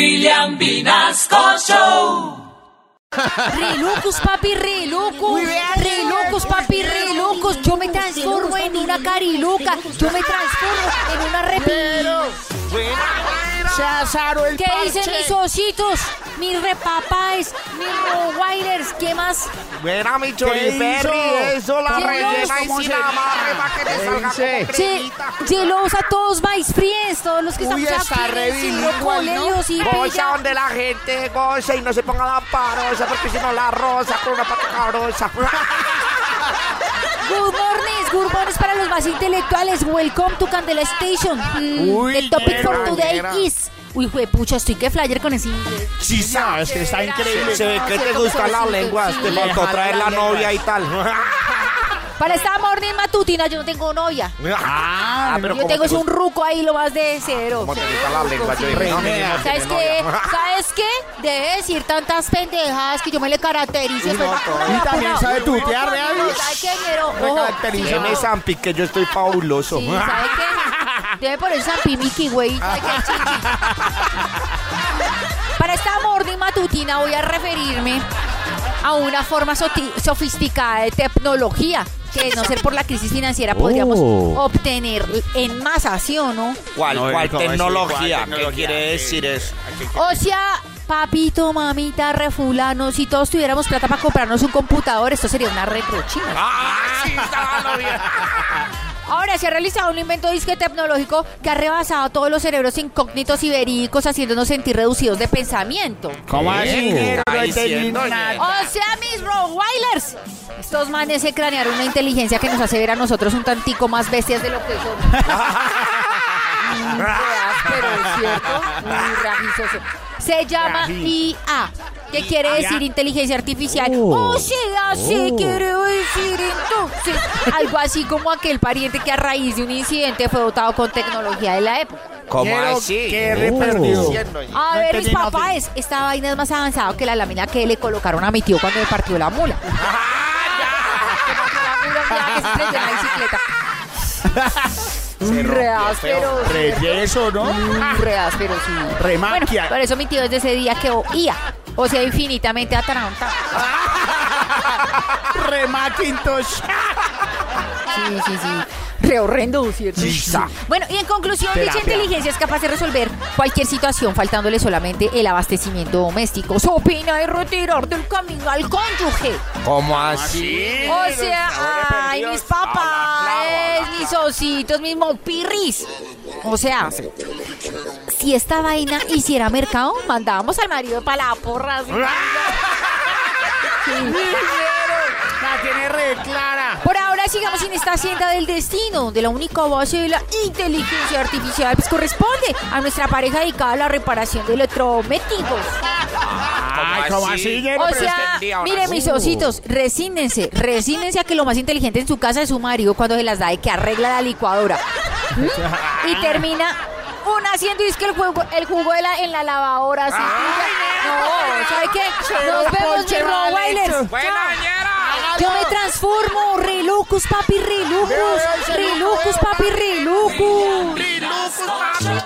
William Vinasco Show. Re locos, papi, re locos. Re locos, papi, re locos. Yo me transformo en una cariluca. Yo me transformo en una repi. Se azaró el ¿Qué dicen parche. mis ositos? Mis repapáes, mis rottweilers, ¿qué más? Buena, mi ¿Qué hizo? choriperri, eso la ¿Qué rellena hizo? y ¿Cómo sin se- amarre para que te salga Ese. Che, como cremita. Chelos a todos, mis friends, todos los que Uy, estamos está aquí en re el centro, bilingüe, ¿no? colegios y Goza bella. donde la gente goza y no se ponga la parosa porque si no la rosa con una pata cabrosa. Good mornings, good mornings para los más intelectuales. Welcome to Candela Station. Mm, Uy, the topic for negra, today negra. is... Uy, pucha, estoy que flyer con ese inglés. Sí, sabes que está increíble. Se ve que te gustan las lenguas, te Sí, faltó jala traer la las novia y tal. Ah, Para esta morning matutina yo no tengo novia. Ah, pero Yo tengo es un ruco ahí lo más de cero. Como te gusta la lengua, yo dije, no, Renea. no ¿Sabes tiene qué? novia. ¿Sabes qué? Deje de decir tantas pendejadas que yo me le caracterizo. Uy, Después no, va todo. con la Y también puta. sabe tutear, Ojo, ¿verdad? no, ¿sabe qué, ñero? Ojo. Recaracteriza. Tiene Zampi que yo estoy fabuloso. Sí, ¿sabe qué? Debe poner Zampi Mickey, güey. ¿Sabe qué? Chichi. Para esta morning matutina voy a referirme a una forma soti- sofisticada de tecnología que de no ser por la crisis financiera podríamos obtener en masa, ¿sí o no? ¿Cuál, No, cuál ¿cómo así? tecnología? ¿Cuál ¿Qué tecnología? quiere Sí. decir eso? O sea, papito, mamita, refulano, si todos tuviéramos plata para comprarnos un computador, esto sería una retrochina. ¡Ah! Sí, está la novia. Ahora se ha realizado un invento disque tecnológico que ha rebasado todos los cerebros incógnitos y verídicos, haciéndonos sentir reducidos de pensamiento. ¿Cómo así? ¿Qué está No entendí diciendo, nada. O sea, mis Rottweilers. Estos manes se cranearon una inteligencia que nos hace ver a nosotros un tantico más bestias de lo que somos. Mm, qué áspero, ¿cierto? Muy rajizoso. Se llama IA, que quiere decir inteligencia artificial. Oh. O sea, se quiere decir entonces. Algo así como aquel pariente que a raíz de un incidente fue dotado con tecnología de la época. ¿Cómo Quiero- así? Uh. qué ¿Qué reperdido. diciendo? A No ver, mis entendí nada. papás, esta vaina es más avanzada que la lámina que le colocaron a mi tío cuando me partió la mula. Ah, Que partió la mula un día que se estrelló en la bicicleta. Un re áspero, Reyeso, ¿no? un re áspero, sí. Remaquia. Bueno, por eso mi tío es de ese día que oía. O sea, infinitamente atarantado. Re Macintosh. Sí, sí, sí. Re horrendo, ¿cierto? Sí, sa. Bueno, y en conclusión, dicha Terapia. inteligencia es capaz de resolver cualquier situación faltándole solamente el abastecimiento doméstico. Se opina de retirar del camino al cónyuge. ¿Cómo así? O sea, ay, mis papás, mis ositos, mis mopirris. O sea, si esta vaina hiciera mercado, mandábamos al marido para la porra. ¿sí? La tiene re clara. Por ahora sigamos en esta hacienda del destino, donde la única base de la inteligencia artificial pues, corresponde a nuestra pareja dedicada a la reparación de electrodomésticos. Ay, ¿cómo así? ñero? O pero es que sea, el día ahora miren sí. mis ositos, resíndense, resíndense a que lo más inteligente en su casa es su marido cuando se las da de que arregla la licuadora. ¿Mm? Y termina una haciendo es que el jugo, el jugo de la- en la lavadora. así, No, ¿sabe qué? Nos vemos, ponche mis mal Rottweilers. hecho. Chao. ¡Buena, ñera! Yo me transformo, relucus, papi, relucus, relucus, papi, relucus. ¡Rilucus, papi!